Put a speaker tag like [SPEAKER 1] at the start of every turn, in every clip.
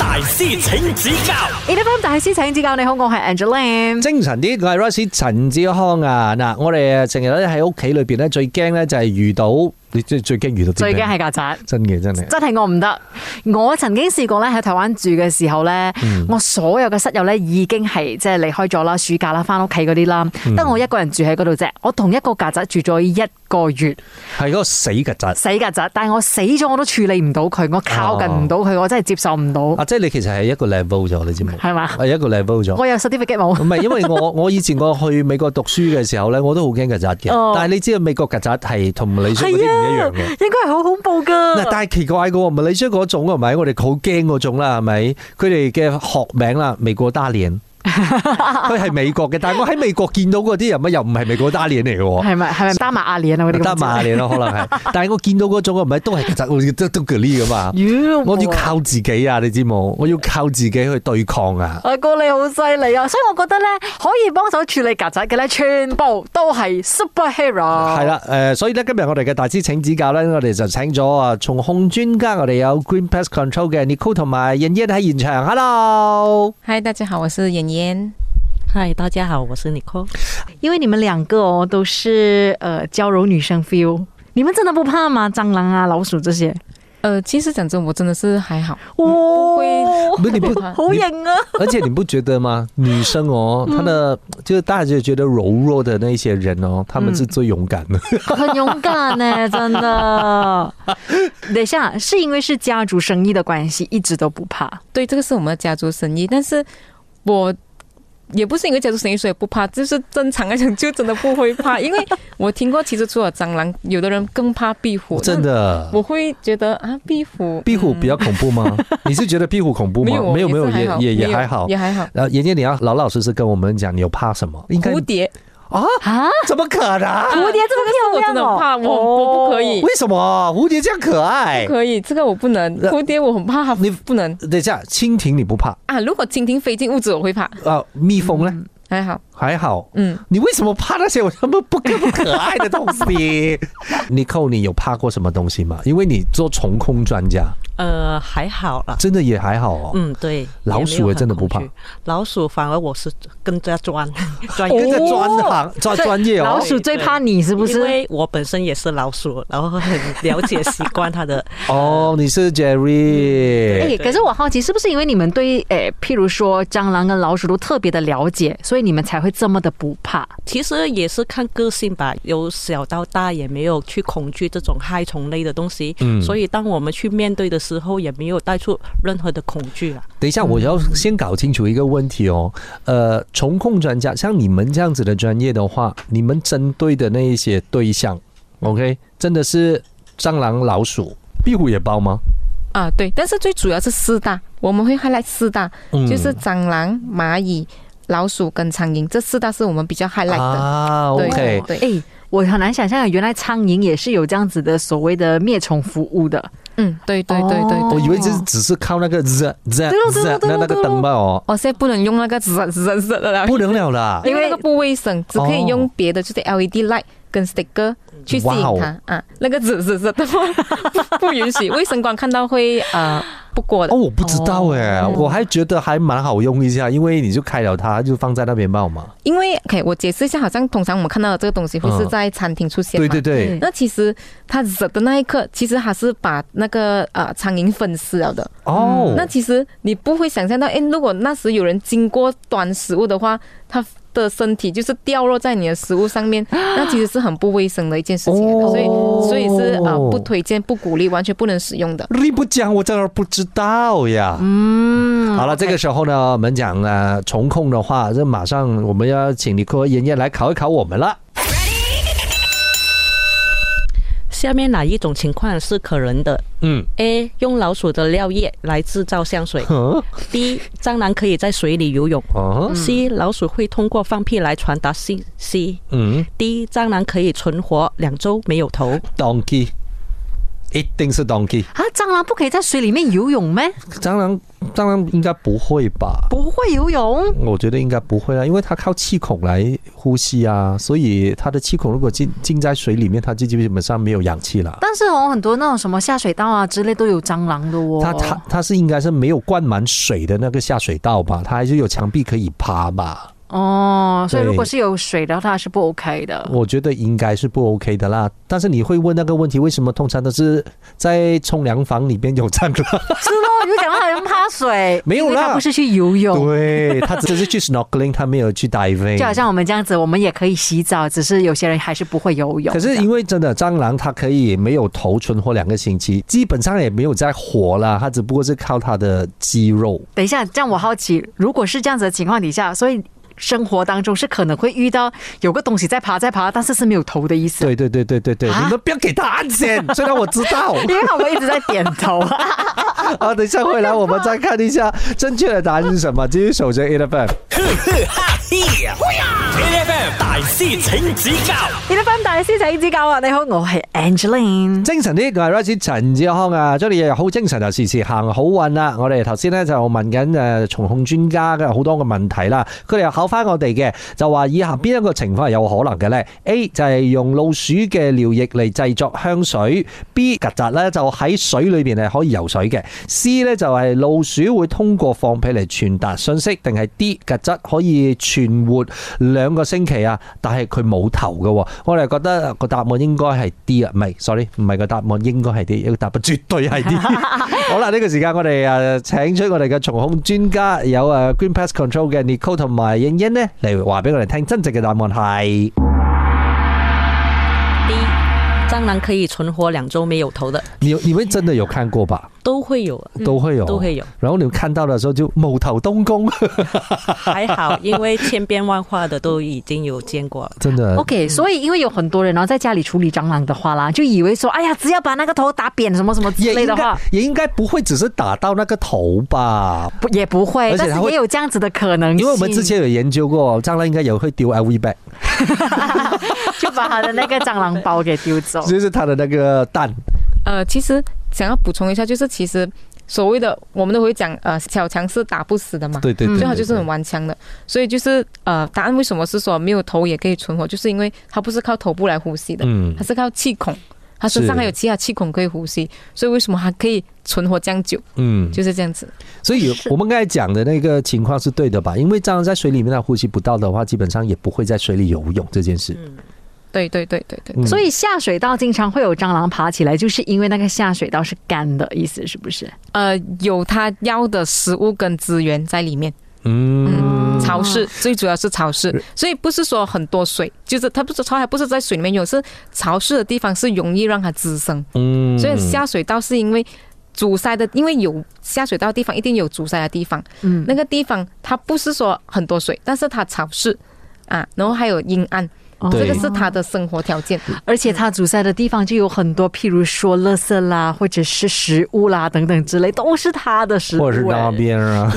[SPEAKER 1] 大師請指教
[SPEAKER 2] ，E F M 大師請指教，你好，我係 Angeline。
[SPEAKER 3] 精啊神啲，我係 Rosie 陳志康啊！嗱，我哋成日咧喺屋企裏邊咧，最驚咧就係遇到你最最驚遇到啲
[SPEAKER 2] 最
[SPEAKER 3] 咩
[SPEAKER 2] 驚係曱甴。
[SPEAKER 3] 真嘅真係，
[SPEAKER 2] 真係我唔得，我曾經試過咧喺台灣住嘅時候咧，
[SPEAKER 3] 嗯
[SPEAKER 2] 我所有嘅室友咧已經係即係離開咗啦，暑假啦，翻屋企嗰啲啦，得我一個人住喺嗰度啫。我同一個曱甴住咗一個月，
[SPEAKER 3] 係嗰個死曱甴
[SPEAKER 2] 死曱甴，但係我死咗我都處理唔到佢，我靠近唔到佢，我真係接受唔到，
[SPEAKER 3] 哦啊！即係你其實係一個 level 咗，你知冇？
[SPEAKER 2] 係嘛？
[SPEAKER 3] 係一個 level 咗。
[SPEAKER 2] 我有 certificate 冇
[SPEAKER 3] 唔？係，因為 我我以前我去美國讀書嘅時候咧，我都好驚曱甴
[SPEAKER 2] 哦
[SPEAKER 3] 嘅。但係你知道美國曱甴係同馬來西亞嗰啲唔一樣嘅。
[SPEAKER 2] 啊應該係好恐怖
[SPEAKER 3] 嗱，
[SPEAKER 2] 㗎。
[SPEAKER 3] 但係奇怪嘅喎，馬來西亞嗰種係咪？我哋好驚嗰種啦，係咪？佢哋嘅學名啦，美國打 臉。佢係美國嘅，但係我喺美國見到嗰啲人物又唔係美國打臉嚟嘅喎。
[SPEAKER 2] 係咪係咪丹麥阿蓮啊嗰啲咁？
[SPEAKER 3] 得馬嚟咯，可能 係。但係我見到嗰種啊我唔係都係曱甴，我都都嗰啲噶嘛。
[SPEAKER 2] 妖
[SPEAKER 3] 我要靠自己啊，你知冇？我要靠自己去對抗啊！
[SPEAKER 2] 阿哥你好犀利啊！所以我覺得咧，可以幫手處理曱甴嘅咧，全部都係 superhero。
[SPEAKER 3] 係啦，誒、所以咧今日我哋嘅大師請指教咧，我哋就請咗啊蟲控專家，我哋有 Green Pest Control 嘅 Nicole 同埋 Yan Yan 喺現場，Hello。
[SPEAKER 2] 哦
[SPEAKER 4] 嗨，大家好，我是妍妍。
[SPEAKER 5] 嗨，大家好，我是 Nicole。
[SPEAKER 2] 因為你們兩個哦，都是呃娇柔女生 feel，你們真的不怕嗎？蟑螂啊、老鼠這些？
[SPEAKER 4] 呃，其实讲真，我真的是还好，
[SPEAKER 2] 哇、
[SPEAKER 4] 会
[SPEAKER 3] 不你不
[SPEAKER 4] 怕
[SPEAKER 2] 哦好型啊！
[SPEAKER 3] 而且你不觉得吗？女生哦，
[SPEAKER 2] 嗯
[SPEAKER 3] 她的就是大家就觉得柔弱的那些人哦，他们是最勇敢的。
[SPEAKER 2] 很勇敢呢、 真的。等一下，是因為是家族生意的關係，一直都不怕。
[SPEAKER 4] 对，这个是我们的家族生意，但是我也不是因为家族生意所以不怕，就是正常来讲就真的不会 怕，因为我听过，其实除了蟑螂，有的人更怕壁
[SPEAKER 2] 嗯
[SPEAKER 4] 虎，
[SPEAKER 3] 真的
[SPEAKER 4] 那，我会觉得啊，壁虎，
[SPEAKER 3] 壁虎比较恐怖吗？你是觉得壁虎恐怖
[SPEAKER 4] 嗯没
[SPEAKER 3] 吗
[SPEAKER 4] 有？
[SPEAKER 3] 没有没有，
[SPEAKER 4] 也是
[SPEAKER 3] 也
[SPEAKER 4] 好
[SPEAKER 3] 也也
[SPEAKER 4] 没有
[SPEAKER 3] 还好
[SPEAKER 4] 也。还好，
[SPEAKER 3] 然后妍妍，你要啊老老实实跟我们讲，你有怕什么？应该
[SPEAKER 4] 蝴蝶，
[SPEAKER 3] 啊？
[SPEAKER 2] 啊，
[SPEAKER 3] 怎么可能？
[SPEAKER 2] 蝴蝶
[SPEAKER 4] 这
[SPEAKER 2] 这
[SPEAKER 4] 个
[SPEAKER 2] 么漂
[SPEAKER 4] 是我真
[SPEAKER 2] 亮
[SPEAKER 4] 的
[SPEAKER 2] 哦！
[SPEAKER 4] 怕，我我不可以，
[SPEAKER 3] 为什么蝴蝶这样可爱？
[SPEAKER 4] 可以，这个我不能，
[SPEAKER 3] 那
[SPEAKER 4] 蝴蝶我很怕它，
[SPEAKER 3] 你
[SPEAKER 4] 不能
[SPEAKER 3] 等一下，蜻蜓你不怕
[SPEAKER 4] 啊，如果蜻蜓飞进屋子我会怕，
[SPEAKER 3] 啊？蜜蜂呢？
[SPEAKER 4] 还好，
[SPEAKER 3] 还好。
[SPEAKER 4] 嗯。
[SPEAKER 3] 你为什么怕那些我那么不可不可爱的东 西？Nicole，你有怕过什么东西吗？因为你做虫控专家，
[SPEAKER 5] 呃，还好啦。
[SPEAKER 3] 真的也还好哦。
[SPEAKER 5] 嗯，对，
[SPEAKER 3] 老
[SPEAKER 5] 也没有
[SPEAKER 3] 鼠
[SPEAKER 5] 很
[SPEAKER 3] 真的不怕
[SPEAKER 5] 恐惧，老鼠反而我是更加 专专
[SPEAKER 3] 跟
[SPEAKER 5] 业，
[SPEAKER 3] 着专行专专业
[SPEAKER 2] 老
[SPEAKER 3] 哦。
[SPEAKER 2] 鼠最怕你是不
[SPEAKER 5] 因
[SPEAKER 2] 是？
[SPEAKER 5] 为我本身也是老鼠，然后很了解习惯它 的。
[SPEAKER 3] 哦，你是 Jerry。
[SPEAKER 2] 哎，可是我好奇，是不是因为你们对诶、譬如说蟑螂跟老鼠都特别的了解，所以你们才会这么的不怕？
[SPEAKER 5] 其实也是看个性吧，由小到大也没有去恐惧这种害虫类的东西，
[SPEAKER 3] 嗯
[SPEAKER 5] 所以当我们去面对的时候，也没有带出任何的恐惧啊。
[SPEAKER 3] 等一下，我要先搞清楚一个问题哦。呃，虫控专家，像你们这样子的专业的话，你们针对的那一些对象，OK，真的是蟑螂、老鼠、壁虎也包吗？
[SPEAKER 4] 啊，对，但是最主要是四大，我们会 highlight 四大，
[SPEAKER 3] 嗯
[SPEAKER 4] 就是蟑螂、蚂蚁、老鼠跟苍蝇，这四大是我们比较 highlight 的。
[SPEAKER 3] 啊
[SPEAKER 4] 对
[SPEAKER 3] ，OK，
[SPEAKER 4] 对，
[SPEAKER 2] 哎，我很难想象，原来苍蝇也是有这样子的所谓的灭虫服务的。
[SPEAKER 4] 嗯，对对对对
[SPEAKER 2] 哦
[SPEAKER 3] 我
[SPEAKER 4] 对。
[SPEAKER 3] 以为就是只是靠那个 z z
[SPEAKER 2] 对咯对
[SPEAKER 3] z
[SPEAKER 2] 咯对咯
[SPEAKER 3] 那那个灯吧哦，
[SPEAKER 4] 我现在不能用那个紫紫色的了，
[SPEAKER 3] 不能了啦。
[SPEAKER 4] 因为那个不卫生，只可以用
[SPEAKER 3] 哦
[SPEAKER 4] 别的，就是 LED light 跟 sticker 去吸
[SPEAKER 3] 哇哦
[SPEAKER 4] 引它啊。那个紫紫色的不 不允许，卫生官看到会呃不过的
[SPEAKER 3] 哦，。我不知道哎、我还觉得还蛮好用一下，因为你就开了它，就放在那边报嘛。
[SPEAKER 4] 因为 OK，我解释一下，好像通常我们看到的这个东西会是
[SPEAKER 3] 嗯
[SPEAKER 4] 在餐厅出现嘛，
[SPEAKER 3] 对对对
[SPEAKER 2] 嗯，
[SPEAKER 4] 那其实它惹的那一刻，其实它是把那个呃苍蝇粉丝了的。
[SPEAKER 2] 嗯
[SPEAKER 3] 哦，
[SPEAKER 4] 那其实你不会想象到，诶，如果那时有人经过端食物的话，它的身体就是掉落在你的食物上 面，那其实是很不卫生的一件事情来的。所以
[SPEAKER 3] 哦
[SPEAKER 4] 所以是啊、呃不推荐、不鼓励，完全不能使用的。
[SPEAKER 3] 你不讲，我当然不知道呀。
[SPEAKER 2] 嗯，
[SPEAKER 3] 好了，这个时候呢，我们讲呢，重控的话，这马上我们要请尼克和妍妍来考一考我们了。
[SPEAKER 5] 下面哪一种情况是可能的
[SPEAKER 3] 嗯，
[SPEAKER 5] ？A. 用老鼠的尿液来制造 香水
[SPEAKER 3] 嗯，
[SPEAKER 5] ；B. 蟑螂可以在水里游泳
[SPEAKER 3] 哦，
[SPEAKER 5] ；C. 老鼠会通过放屁来传达信息
[SPEAKER 3] 嗯
[SPEAKER 5] ；D. 蟑螂可以存活两周没有头。
[SPEAKER 3] ，donkey，一定是 donkey。
[SPEAKER 2] 啊，蟑螂不可以在水里面游泳咩？
[SPEAKER 3] 蟑螂，蟑螂应该不会吧？
[SPEAKER 2] 不会游泳，
[SPEAKER 3] 我觉得应该不会啦，因为它靠气孔来呼吸啊，所以它的气孔如果浸浸在水里面，它就基本上没有氧气了。
[SPEAKER 2] 但是哦，很多那种什么下水道啊之类都有蟑螂的哦。
[SPEAKER 3] 它它它是应该是没有灌满水的那个下水道吧？它还是有墙壁可以爬吧？
[SPEAKER 2] 哦，所以
[SPEAKER 3] 对
[SPEAKER 2] 如果是有水的话，它是不 OK 的。
[SPEAKER 3] 我觉得应该是不 OK 的啦。但是你会问那个问题，为什么通常都是在冲凉房里边有蟑 螂？
[SPEAKER 2] 是咯，你就讲到好像怕水，
[SPEAKER 3] 没有啦
[SPEAKER 2] 因为它不是去游泳。
[SPEAKER 3] 对，他只是去 snorkeling，他没有去 diving。
[SPEAKER 2] 就好像我们这样子，我们也可以洗澡，只是有些人还是不会游泳。
[SPEAKER 3] 可是因为真的蟑螂，它可以没有头存活两个星期，基本上也没有在活啦，它只不过是靠它的肌肉。
[SPEAKER 2] 等一下，这样我好奇，如果是这样子的情况底下，所以生活当中是可能会遇到有个东西在爬在爬，但是是没有头的意思。
[SPEAKER 3] 对对对对对对，
[SPEAKER 2] 啊
[SPEAKER 3] 你们不要给答案先，虽然我知 道。
[SPEAKER 2] 因为我们一直在点 头，
[SPEAKER 3] 啊，等一下回来我们再看一下正确的答案是什么。继续守着 A F M。
[SPEAKER 1] A F M 大师请指教
[SPEAKER 2] 你的芬大师仔指教啊！你好，我系 Angeline。
[SPEAKER 3] 精神啲，我系 Rice 陳志康啊，祝你日日好精神就時時行好運啦！我哋頭先咧就問緊誒蟲控專家嘅好多嘅問題啦，佢哋又考翻我哋嘅，就話以下邊一個情況係有可能嘅呢 a 就係用老鼠嘅尿液嚟製作香水；B 曱甴咧就哦喺水裏邊係可以游水嘅；C 咧就係老鼠會通過放屁嚟傳達信息，定係 D 曱甴可以存活兩個星期啊，但係佢冇頭嘅喎，我哋覺得個答案應該係 D 啊，唔係，sorry，唔係個答案應該係 D，一個答案絕對 係 D。好啦，呢、個時間我哋誒請出我哋嘅蟲控專家，有誒 Green Pest Control 嘅 Nicole 同埋欣欣呢嚟話俾我哋聽，真正嘅答案係
[SPEAKER 5] 第一，蟑螂可以存活两周没有头的，
[SPEAKER 3] 你你們真的有看過吧？
[SPEAKER 5] 都会有啊，
[SPEAKER 3] 都會有，
[SPEAKER 5] 都會有。
[SPEAKER 3] 然後你們看到的時候就無頭東公，
[SPEAKER 5] 还好，因为千变万化的都已经有见过了。
[SPEAKER 3] 真的。
[SPEAKER 2] OK，所以因为有很多人然后在家里处理蟑螂的话啦，就以为说，哎呀，只要把那个头打扁什么什么之
[SPEAKER 3] 也
[SPEAKER 2] 类
[SPEAKER 3] 應
[SPEAKER 2] 的
[SPEAKER 3] 該
[SPEAKER 2] 话，
[SPEAKER 3] 也應該不會只是打到那個頭吧，
[SPEAKER 2] 不也不会
[SPEAKER 3] 而，且
[SPEAKER 2] 但
[SPEAKER 3] 它
[SPEAKER 2] 是
[SPEAKER 3] 会
[SPEAKER 2] 也有這樣子的可能性。
[SPEAKER 3] 因為我們之前有研究過，蟑螂應該也會丟 LV bag，
[SPEAKER 2] 就把他的那个蟑螂包给丢走。
[SPEAKER 3] 就是它的那個蛋。
[SPEAKER 4] 呃，其实想要补充一下，就是其实所谓的我们都会讲，呃，小强是打不死的嘛，
[SPEAKER 3] 对对对，
[SPEAKER 4] 所以它嗯就是
[SPEAKER 3] 嗯对
[SPEAKER 4] 很顽强的。所以就是呃，答案为什么是说没有头也可以存活，就是因为它不是靠头部来呼吸的，
[SPEAKER 3] 嗯
[SPEAKER 4] 它是靠气孔，它身上
[SPEAKER 3] 是
[SPEAKER 4] 还有其他气孔可以呼吸，所以为什么它可以存活这样久，
[SPEAKER 3] 嗯，
[SPEAKER 4] 就是这样子。
[SPEAKER 3] 所以我们刚才讲的那个情况是对的吧？因为蟑螂在水里面它呼吸不到的话，基本上也不会在水里游泳这件事。
[SPEAKER 4] 对对对对对，
[SPEAKER 3] 嗯
[SPEAKER 2] 所以下水道经常会有蟑螂爬起来，就是因为那个下水道是干的意思，是不是？
[SPEAKER 4] 呃，有它要的食物跟资源在里面。
[SPEAKER 3] 嗯，
[SPEAKER 4] 潮湿，最主要是潮湿，所以不是说很多水，就是它不是它还不是在水里面游，是潮湿的地方是容易让它滋生，
[SPEAKER 3] 嗯
[SPEAKER 4] 所以下水道是因为阻塞的，因为有下水道地方一定有阻塞的地方，
[SPEAKER 2] 嗯，
[SPEAKER 4] 那个地方它不是说很多水，但是它潮湿啊，然后还有阴暗，
[SPEAKER 2] 哦
[SPEAKER 4] 这
[SPEAKER 3] 对嗯
[SPEAKER 4] 个是它的生活条件。
[SPEAKER 2] 而且它阻塞的地方就有很多，譬如说垃圾啦，或者是食物啦等等之类，都是它的食物、
[SPEAKER 3] 或者是那
[SPEAKER 2] 哎
[SPEAKER 3] 边啊。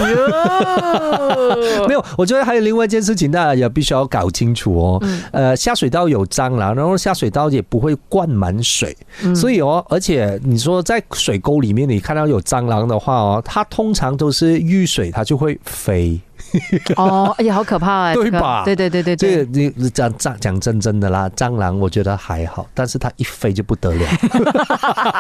[SPEAKER 3] 没有，我觉得还有另外一件事情，大家也必须要搞清楚哦。
[SPEAKER 2] 嗯
[SPEAKER 3] 呃，下水道有蟑螂，然后下水道也不会灌满水，
[SPEAKER 2] 嗯
[SPEAKER 3] 所以哦，而且你说在水沟里面你看到有蟑螂的话哦，它通常都是遇水它就会飞。
[SPEAKER 2] 哦，哎呀，好可怕哎、
[SPEAKER 3] 对
[SPEAKER 2] 这个
[SPEAKER 3] 吧
[SPEAKER 2] 对对对对对。
[SPEAKER 3] 这个你讲讲讲真真的啦，蟑螂我觉得还好，但是它一飞就不 得了。
[SPEAKER 2] 嗯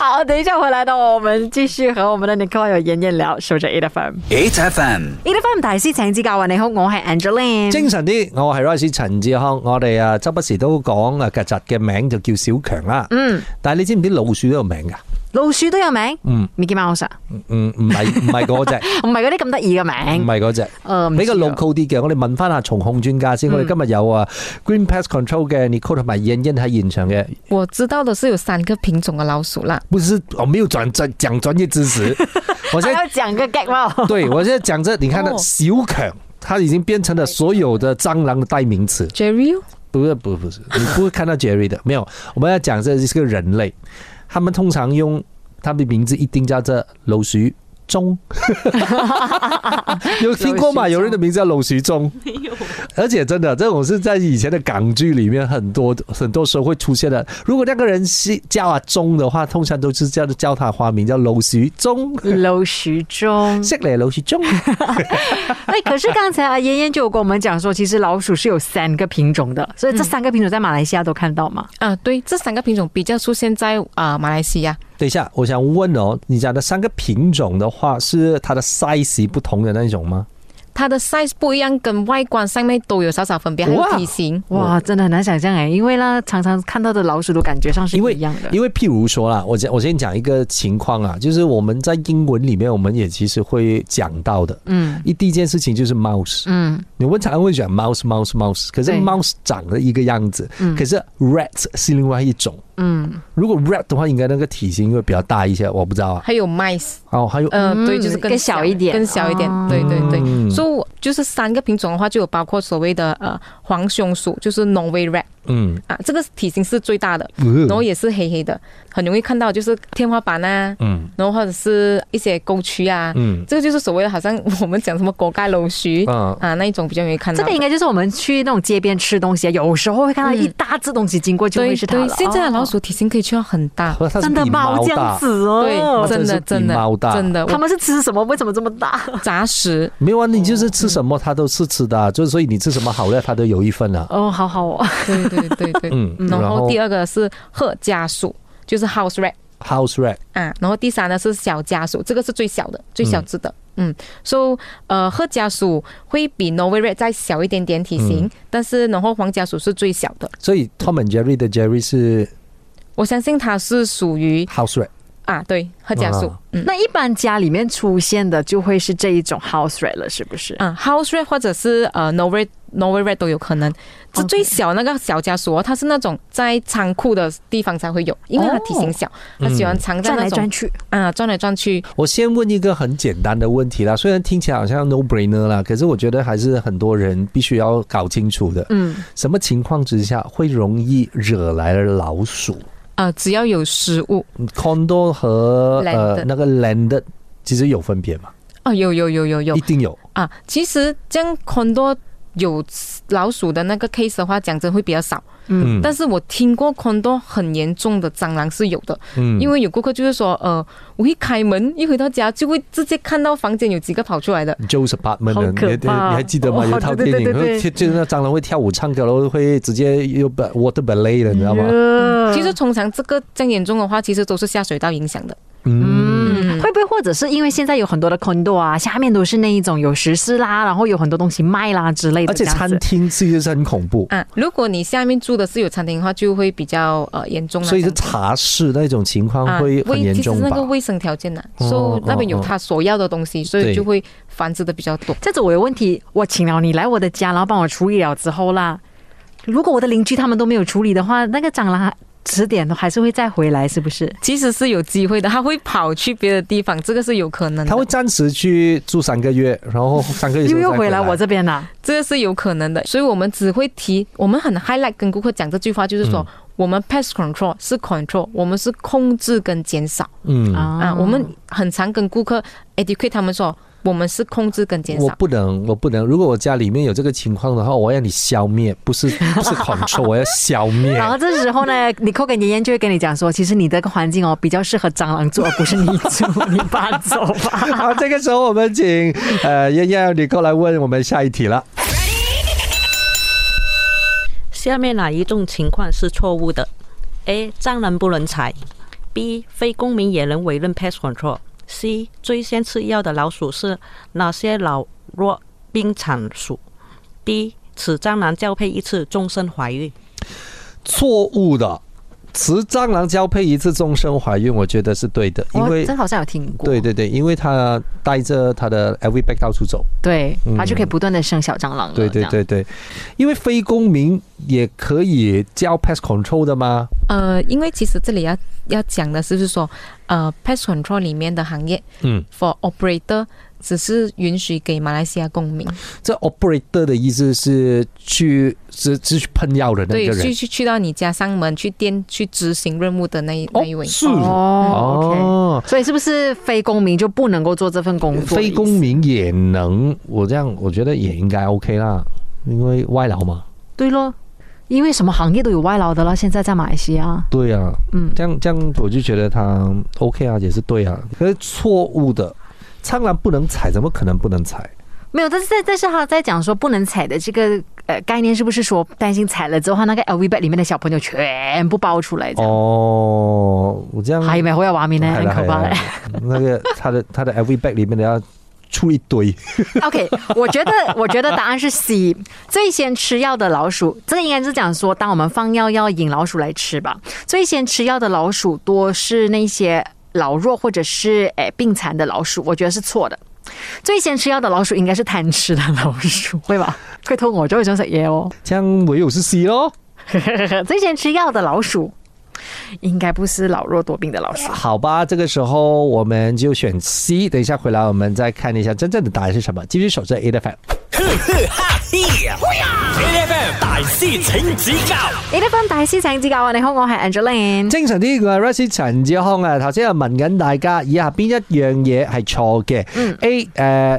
[SPEAKER 2] 好，等一下回来的我们继续和我们的 Nicole 有妍妍聊，守着 e i f m
[SPEAKER 1] ，H F M
[SPEAKER 2] e i f m 大师请指教啊！你好，我系 Angeline。
[SPEAKER 3] 精神啲，我係 Rice 陳志康，我哋啊周不時都講啊曱甴嘅名就叫小強啦。
[SPEAKER 2] 嗯，
[SPEAKER 3] 但係你知唔知老鼠都有名㗎？
[SPEAKER 2] 老鼠都有名，
[SPEAKER 3] 嗯
[SPEAKER 2] ，Mickey Mouse 啊，
[SPEAKER 3] 嗯，唔係唔係嗰只，
[SPEAKER 2] 唔系嗰啲咁得意嘅
[SPEAKER 3] 唔
[SPEAKER 2] 名，呃
[SPEAKER 3] 係嗰只。
[SPEAKER 2] 诶，
[SPEAKER 3] 比較
[SPEAKER 2] 老
[SPEAKER 3] local 啲嘅，我哋問翻下蟲控專家先。我哋今日有啊 Green Pest Control 嘅 Nicole 同埋燕燕喺現場嘅，
[SPEAKER 4] 我知道的是有三个品种的老鼠啦，
[SPEAKER 3] 不是我没有转专讲专業知識，
[SPEAKER 2] 还
[SPEAKER 3] 我現在
[SPEAKER 2] 要讲个 gag 吗？
[SPEAKER 3] 对我現在講真，你看到小強，它已經變成了所有的蟑螂的代名詞。
[SPEAKER 4] Jerry
[SPEAKER 3] 不是不是不是，你不会看到 Jerry 的，没有。我们要讲这是个人类，他们通常用他们的名字一定叫做老鼠、钟， 有听过吗？
[SPEAKER 4] 娄徐钟
[SPEAKER 3] 有人的名字叫娄徐钟，
[SPEAKER 5] 没有，
[SPEAKER 3] 而且真的，这种是在以前的港剧里面很多很多时候会出现的。如果那个人是叫阿钟的话，通常都是叫叫他花名叫娄徐钟，
[SPEAKER 2] 楼时钟。
[SPEAKER 3] 识嚟娄徐 钟。
[SPEAKER 2] 哎，可是刚才啊，妍妍就有跟我们讲说，其实老鼠是有三个品种的，所以这三个品种在马来西亚都看到嘛。
[SPEAKER 4] 啊，对，这三个品种比较出现在啊、马来西亚。
[SPEAKER 3] 等一下，我想问哦，你讲的三个品种的话，是它的 size 不同的那种吗？
[SPEAKER 4] 它的 size 不一样，跟外观上面都有少少分别，还有
[SPEAKER 3] 哇
[SPEAKER 4] 体型。
[SPEAKER 2] 哇，真的很难想象哎，因为呢，常常看到的老鼠都感觉上是不一样的。
[SPEAKER 3] 因为譬如说啦，我讲我先讲一个情况啊，就是我们在英文里面，我们也其实会讲到的。
[SPEAKER 2] 嗯
[SPEAKER 3] 一第一件事情就是 mouse，、
[SPEAKER 2] 嗯，
[SPEAKER 3] 你们常常会讲 mouse mouse mouse，可是
[SPEAKER 2] 对
[SPEAKER 3] mouse 长得一个样子，
[SPEAKER 2] 嗯
[SPEAKER 3] 可是 rat 是另外一种。
[SPEAKER 2] 嗯，
[SPEAKER 3] 如果 rat 的话，应该那个体型会比较大一些，我不知道啊。
[SPEAKER 4] 还有 mice，
[SPEAKER 3] 哦，还有
[SPEAKER 4] 呃，
[SPEAKER 2] 嗯
[SPEAKER 4] 对，就是更
[SPEAKER 2] 更小一点
[SPEAKER 4] 更小一点，
[SPEAKER 2] 哦
[SPEAKER 4] 对对对。
[SPEAKER 3] 嗯
[SPEAKER 4] 所以我就是三个品种的话，就有包括所谓的呃黄胸鼠，就是 Norway Rat
[SPEAKER 3] 嗯，呃
[SPEAKER 4] 啊，这个体型是最大的，然后也是黑黑的，很容易看到就是天花板啊，
[SPEAKER 3] 嗯
[SPEAKER 4] 然后或者是一些沟渠啊，
[SPEAKER 3] 嗯
[SPEAKER 4] 这个就是所谓的好像我们讲什么锅盖楼须
[SPEAKER 3] 啊
[SPEAKER 4] 啊那一种比较容易看到
[SPEAKER 2] 这
[SPEAKER 4] 的。
[SPEAKER 2] 个应该就是我们去那种街边吃东西，啊有时候会看到
[SPEAKER 4] 嗯
[SPEAKER 2] 一大只东西经过，就
[SPEAKER 4] 对
[SPEAKER 2] 会是它了
[SPEAKER 4] 对，现在的老
[SPEAKER 2] 哦
[SPEAKER 4] 鼠体型可以去到很大，
[SPEAKER 3] 它是
[SPEAKER 2] 真的
[SPEAKER 3] 比
[SPEAKER 2] 猫
[SPEAKER 3] 猫
[SPEAKER 2] 这样
[SPEAKER 3] 大，
[SPEAKER 2] 子
[SPEAKER 4] 嗯对
[SPEAKER 2] 哦，，
[SPEAKER 4] 真的
[SPEAKER 3] 真的是比
[SPEAKER 4] 真的
[SPEAKER 3] 猫大
[SPEAKER 4] 真的，
[SPEAKER 2] 他们是吃什么？为什么这么大？
[SPEAKER 4] 我杂食。
[SPEAKER 3] 没有啊，你就是吃什么它都是吃的啊、就是所以你吃什么好料它都有一份啊。
[SPEAKER 2] 哦，好好哦，
[SPEAKER 4] 对对对对。
[SPEAKER 3] 嗯，
[SPEAKER 4] 然
[SPEAKER 3] 然
[SPEAKER 4] 后
[SPEAKER 3] 后
[SPEAKER 4] 第二个是褐家鼠，就是 house rat
[SPEAKER 3] house rat，
[SPEAKER 4] 啊。然后第三呢是小家鼠，这个是最小的，最小只的。嗯，so 呃，褐家鼠会比 Norway Rat 再小一点点体型，但是然后黄家鼠是最小的。
[SPEAKER 3] 所以 Tom and Jerry 的 Jerry 是
[SPEAKER 4] 我相信它是属于
[SPEAKER 3] house rat，
[SPEAKER 4] 啊，对，褐家鼠。
[SPEAKER 3] 啊
[SPEAKER 4] 嗯
[SPEAKER 2] 那一般家里面出现的就会是这一种 house rat 了，是不是？
[SPEAKER 4] 啊，house rat 或者是呃 Norway Norway Rat 都有可能。这
[SPEAKER 2] OK
[SPEAKER 4] 最小那个小家鼠哦，它是那种在仓库的地方才会有，因为它体型小，它喜欢藏在
[SPEAKER 2] 转
[SPEAKER 4] 那
[SPEAKER 2] 来
[SPEAKER 4] 种
[SPEAKER 2] 转去，
[SPEAKER 4] 啊转来转去。
[SPEAKER 3] 我先问一个很简单的问题啦，虽然听起来好像 no brainer 啦，可是我觉得还是很多人必须要搞清楚的。
[SPEAKER 2] 嗯，
[SPEAKER 3] 什么情况之下会容易惹来老鼠
[SPEAKER 4] 啊，只要有食物，
[SPEAKER 3] ？condo 和呃
[SPEAKER 4] Landed
[SPEAKER 3] 那个 landed 其实有分别嘛？
[SPEAKER 4] 哦，有有有有有
[SPEAKER 3] 一定有。
[SPEAKER 4] 啊！其实这样很多有老鼠的那个 case 的话，讲真会比较少。
[SPEAKER 3] 嗯，
[SPEAKER 4] 但是我听过很多很严重的蟑螂是有的，
[SPEAKER 3] 嗯
[SPEAKER 4] 因为有顾客就是说，呃，我一开门一回到家就会直接看到房间有几个跑出来的。
[SPEAKER 3] Joe's apartment，
[SPEAKER 2] 好
[SPEAKER 3] 呢你
[SPEAKER 2] 可
[SPEAKER 3] 你
[SPEAKER 2] 怕
[SPEAKER 3] 你还记得吗？
[SPEAKER 2] 哦
[SPEAKER 3] 有一套
[SPEAKER 2] 对
[SPEAKER 3] 电
[SPEAKER 2] 对对
[SPEAKER 3] 影，
[SPEAKER 2] 对
[SPEAKER 3] 会
[SPEAKER 2] 对
[SPEAKER 3] 就就是那蟑螂会跳舞、唱歌，然后会直接又 water ballet 了，你知道吗？
[SPEAKER 2] 呃
[SPEAKER 4] 其实通常这个这样严重的话，其实都是下水道影响的。
[SPEAKER 3] 嗯，
[SPEAKER 2] 嗯，会不会或者是因为现在有很多的 condo 啊，下面都是那一种有食肆啦，然后有很多东西卖啦之类的
[SPEAKER 3] 而
[SPEAKER 2] 这
[SPEAKER 3] 且
[SPEAKER 2] 样子，
[SPEAKER 3] 餐厅其实是很恐怖，
[SPEAKER 4] 啊，如果你下面住的是有餐厅的话，就会比较呃严重
[SPEAKER 2] 啊
[SPEAKER 4] 啦
[SPEAKER 3] 所以是
[SPEAKER 4] 这样子
[SPEAKER 3] 茶室那种情况
[SPEAKER 4] 啊，
[SPEAKER 3] 会
[SPEAKER 4] 卫
[SPEAKER 3] 很严
[SPEAKER 4] 其实
[SPEAKER 3] 重
[SPEAKER 4] 是那
[SPEAKER 3] 吧
[SPEAKER 4] 个？卫生条件呐、
[SPEAKER 3] 哦
[SPEAKER 4] 所以、那边
[SPEAKER 3] 哦
[SPEAKER 4] 有
[SPEAKER 3] 哦
[SPEAKER 4] 他所要的东西，所
[SPEAKER 3] 对
[SPEAKER 4] 以就会繁殖的比较多。
[SPEAKER 2] 这样子我有问题，我请了你来我的家，然后帮我处理了之后啦，如果我的邻居他们都没有处理的话，那个蟑螂迟点都还是会再回来，是不是？
[SPEAKER 4] 其实是有机会的，它会跑去别的地方，这个是有可能的。
[SPEAKER 3] 他会暂时去住三个月，然后三个月之
[SPEAKER 2] 又
[SPEAKER 3] 后
[SPEAKER 2] 又
[SPEAKER 3] 再
[SPEAKER 2] 回来我
[SPEAKER 3] 这
[SPEAKER 2] 这边啊啦，
[SPEAKER 4] 这个是有可能的，所以我们只会提，我们很 highlight 跟顾客讲这句话，就是说。
[SPEAKER 3] 嗯
[SPEAKER 4] 我们 pest control 是 control，我们是控制跟减少、
[SPEAKER 3] 嗯，
[SPEAKER 2] 啊
[SPEAKER 4] 啊。我们很常跟顾客 educate 他们说，我们是控制跟减
[SPEAKER 3] 我
[SPEAKER 4] 少。
[SPEAKER 3] 不能，我不能。如果我家里面有这个情况的话，我要你消灭，不是不是 control，我要消灭。
[SPEAKER 2] 然后 这时候呢，你扣跟妍妍就会跟你讲说，其实你的环境哦比较适合蟑螂住，而不是你 住，你搬走吧。
[SPEAKER 3] 好，啊这个时候我们请呃燕燕你过来问我们下一题了。
[SPEAKER 5] 下面哪一种情况是错误的？A. 蟑螂不能踩；B. 非公民也能委任 pest control。C. 最先吃药的老鼠是哪些老弱病残鼠？D. 此蟑螂交配一次，终身怀孕。
[SPEAKER 3] 错误的，雌蟑螂交配一次终身怀孕，我觉得是对的，因
[SPEAKER 2] 我
[SPEAKER 3] 为
[SPEAKER 2] 真好像有听过，
[SPEAKER 3] 对对对，因为它带着它的 LV bag 到处走。
[SPEAKER 2] 对，
[SPEAKER 3] 嗯
[SPEAKER 2] 它就可以不断的生小蟑螂了。
[SPEAKER 3] 对对
[SPEAKER 2] 这样
[SPEAKER 3] 对对，因为非公民也可以交 pest control 的吗？
[SPEAKER 4] 呃，因为其实这里要要讲的是，就是说，呃，pest control 里面的行业
[SPEAKER 3] 嗯
[SPEAKER 4] ，for operator 只是允许给马来西亚公民，
[SPEAKER 3] 这 operator 的意思是去是是去喷药的那
[SPEAKER 4] 对
[SPEAKER 3] 个，
[SPEAKER 4] 去
[SPEAKER 3] 人
[SPEAKER 4] 去去到你家上门去店去执行任务的那一、那一位。
[SPEAKER 3] 哦是
[SPEAKER 2] 哦 o
[SPEAKER 3] 哦
[SPEAKER 2] k 哦所以是不是非公民就不能够做这份工作？
[SPEAKER 3] 非公民也能，我这样我觉得也应该 OK 啦，因为外劳嘛。
[SPEAKER 2] 对咯，因为什么行业都有外劳的啦，现在在马来西亚，
[SPEAKER 3] 对啊，
[SPEAKER 2] 嗯，
[SPEAKER 3] 这样这样我就觉得他 OK 啊，也是对啊。可是错误的，苍兰不能踩，怎么可能不能踩？
[SPEAKER 2] 没有，但是在但是他在讲说不能踩的这个呃概念，是不是说担心踩了之后，他那个 LV bag 里面的小朋友全部爆出来这样？
[SPEAKER 3] 哦，我这样
[SPEAKER 2] 还有没有画
[SPEAKER 3] 哎
[SPEAKER 2] 面
[SPEAKER 3] 哦
[SPEAKER 2] 呢？很可怕哎嘞。
[SPEAKER 3] 那个他的他的 LV bag 里面的要出一堆，
[SPEAKER 2] OK，我觉得我觉得答案是 C，最先吃药的老鼠。这个应该是讲说，当我们放药要引老鼠来吃吧。最先吃药的老鼠多是那些老弱或者是诶病残的老鼠，我觉得是错的。最先吃药的老鼠应该是贪吃的老鼠，会吧？佢肚餓咗，佢想食嘢哦。
[SPEAKER 3] 这样唯有是 C 咯。
[SPEAKER 2] 最先吃药的老鼠应该不是老弱多病的老鼠。
[SPEAKER 3] 好吧，这个时候我们就选 C。等一下回来我们再看一下真正的答案是什么。继续守着 A 的 fan。
[SPEAKER 1] A F M 大师请指教
[SPEAKER 2] 你得分大師請指教啊！你好，我係 Angeline。
[SPEAKER 3] 精神啲嘅 r e s 陳志康啊，頭先又問緊大家以下邊一樣嘢係錯嘅、a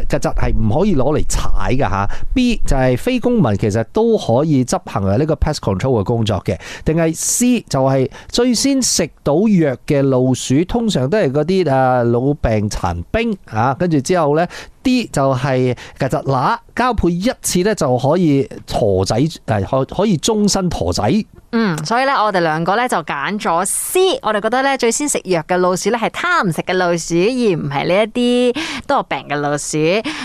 [SPEAKER 3] 誒、曱甴係唔可以攞嚟踩嘅嚇，B 就係非公民其實都可以執行啊呢個 pest control 嘅工作嘅，定係 C 就係最先食到藥嘅老鼠，通常都係嗰啲誒老病殘兵啊，跟住之後呢 D 就係曱甴乸交配一次呢就可以陀仔誒可可以終身陀仔。
[SPEAKER 2] 嗯，所以咧，我哋兩個咧就揀咗 C，我哋覺得咧最先食藥嘅老鼠咧係貪食嘅老鼠，而唔係呢一啲都有病嘅老鼠。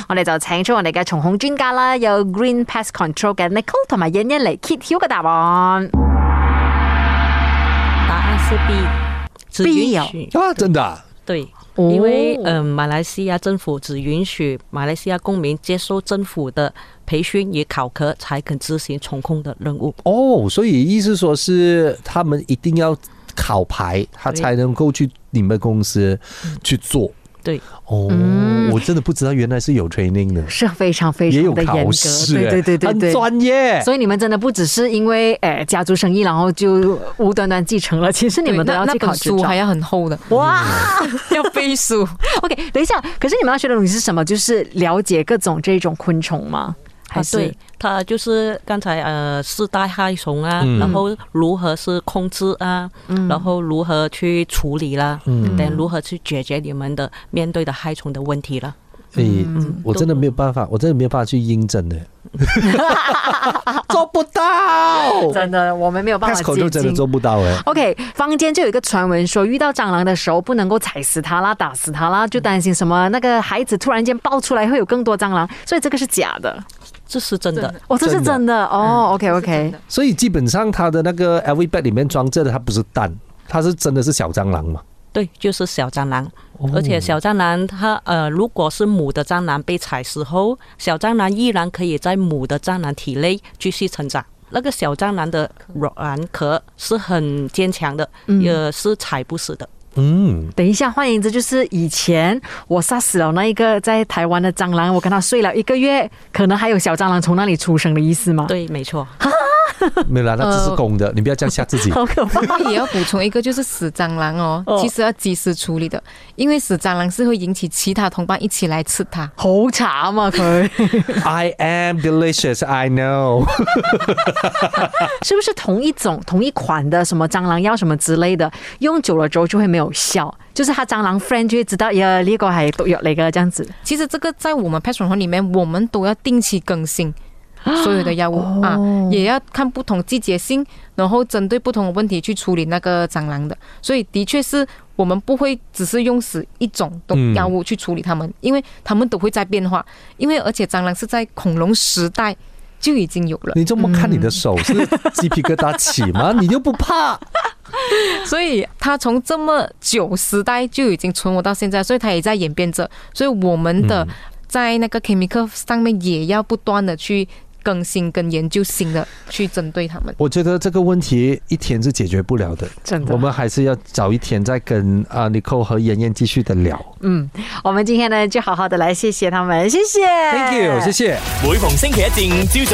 [SPEAKER 2] 我哋就請出我哋嘅蟲控專家啦，有 Green Pest Control 嘅 Nicole 同埋欣欣嚟揭曉嘅答案。
[SPEAKER 5] 答案是 B，只
[SPEAKER 2] B
[SPEAKER 5] 允
[SPEAKER 2] 哦
[SPEAKER 5] 许
[SPEAKER 3] 啊，真的啊、
[SPEAKER 5] 对，
[SPEAKER 2] 哦
[SPEAKER 5] 因为嗯、呃，马来西亚政府只允许马来西亚公民接受政府的培训与考核，才肯执行重控的任务。
[SPEAKER 3] 哦，所以意思说是他们一定要考牌，他
[SPEAKER 5] 对
[SPEAKER 3] 才能够去你们公司去做。
[SPEAKER 5] 对，嗯
[SPEAKER 3] 哦，我真的不知道原来是有 training 的，
[SPEAKER 2] 是非常非
[SPEAKER 3] 也有
[SPEAKER 2] 常的嚴
[SPEAKER 3] 考
[SPEAKER 2] 格，
[SPEAKER 3] 试、
[SPEAKER 2] 對
[SPEAKER 3] 欸，
[SPEAKER 2] 對對對
[SPEAKER 3] 很
[SPEAKER 2] 對。
[SPEAKER 3] 专业。
[SPEAKER 2] 所以你们真的不只是因为诶、呃家族生意，然後就無端端繼承了，其實你
[SPEAKER 4] 对
[SPEAKER 2] 們都
[SPEAKER 4] 那
[SPEAKER 2] 要
[SPEAKER 4] 那
[SPEAKER 2] 去考
[SPEAKER 4] 本
[SPEAKER 2] 執
[SPEAKER 4] 书
[SPEAKER 2] 照
[SPEAKER 4] 还。要很 厚的，
[SPEAKER 2] 哇！
[SPEAKER 4] 要背书。
[SPEAKER 2] OK，等一下，可是你们要学的东西是什么？就是了解各种这种昆虫吗？还
[SPEAKER 5] 啊，
[SPEAKER 2] 是、
[SPEAKER 5] 对，它就是刚才呃四大害虫啊，
[SPEAKER 3] 嗯
[SPEAKER 5] 然后如何是控制啊，然后如何去处理啦、
[SPEAKER 3] 嗯
[SPEAKER 5] 等、如何去解决你们的面对的害虫的问题了。
[SPEAKER 3] 诶、哎
[SPEAKER 5] 嗯
[SPEAKER 3] 我真的没有办法，我真的没有办法去应征 的，做不到。
[SPEAKER 2] 真的我们没有办
[SPEAKER 3] pass
[SPEAKER 2] 法
[SPEAKER 3] 口就
[SPEAKER 2] 接
[SPEAKER 3] 真的
[SPEAKER 2] 近。
[SPEAKER 3] 做不到哎、
[SPEAKER 2] OK，坊间就有一个传闻说，遇到蟑螂的时候不能够踩死它啦、打死它啦，就担心什么那个孩子突然间爆出来会有更多蟑螂，所以这个是假的。
[SPEAKER 5] 这是真的，
[SPEAKER 4] 真的
[SPEAKER 2] 哦，这是
[SPEAKER 3] 真的嗯
[SPEAKER 2] 真的哦。OK
[SPEAKER 4] 真
[SPEAKER 2] OK，
[SPEAKER 4] 的
[SPEAKER 3] 所以基本上他的那个 LV bag 里面装着的，它不是蛋，它是真的是小蟑螂嘛？
[SPEAKER 5] 对，就是小蟑螂。
[SPEAKER 3] 嗯
[SPEAKER 5] 而且小蟑螂它呃，如果是母的蟑螂被踩死后，小蟑螂依然可以在母的蟑螂体内继续成长。那个小蟑螂的软壳是很坚强的，也是踩不死的。
[SPEAKER 3] 嗯，
[SPEAKER 2] 等一下，换言之就是以前我杀死了那一个在台湾的蟑螂，我跟它睡了一个月，可能还有小蟑螂从那里出生的意思吗？
[SPEAKER 5] 对，没错。
[SPEAKER 3] 没有啦，它只是公
[SPEAKER 5] 呃
[SPEAKER 3] 的，你不要这样吓自己。
[SPEAKER 2] 好 可怕。
[SPEAKER 4] 那也要补充一个，就是死蟑螂哦，其实要及时处理的，因为死蟑螂是会引起其他同伴一起来吃它。
[SPEAKER 2] 好惨啊佢，
[SPEAKER 3] I am delicious, I know 。
[SPEAKER 2] 是不是同一种、同一款的什么蟑螂药什么之类的，用久了之后就会没有效，就是他蟑螂 friend 就会知道，呀呢个系毒药嚟嘅，这样子。
[SPEAKER 4] 其实这个在我们 p a s s o n 里面，我们都要定期更新所有的药物、
[SPEAKER 2] 哦
[SPEAKER 4] 啊，也要看不同季节性，然后针对不同的问题去处理那个蟑螂的。所以的确是我们不会只是用死一种
[SPEAKER 3] 嗯
[SPEAKER 4] 动药物去处理它们，因为它们都会在变化。因为而且蟑螂是在恐龙时代就已经有了，
[SPEAKER 3] 你这么看你的手是鸡皮疙瘩起吗？你就不怕？
[SPEAKER 4] 所以它从这么久时代就已经存活到现在，所以它也在演变着。所以我们的在那个 chemical 上面也要不断的去更新跟研究新的去针对他们。
[SPEAKER 3] 我觉得这个问题一天是解决不了的，
[SPEAKER 2] 真的
[SPEAKER 3] 我。们还是要早一天再跟啊 n i c o 和妍妍继续的聊。
[SPEAKER 2] 嗯，我们今天呢就好好的来谢谢他们，谢谢哎
[SPEAKER 3] Thank you，谢谢。
[SPEAKER 1] 每逢星期一至五朝早。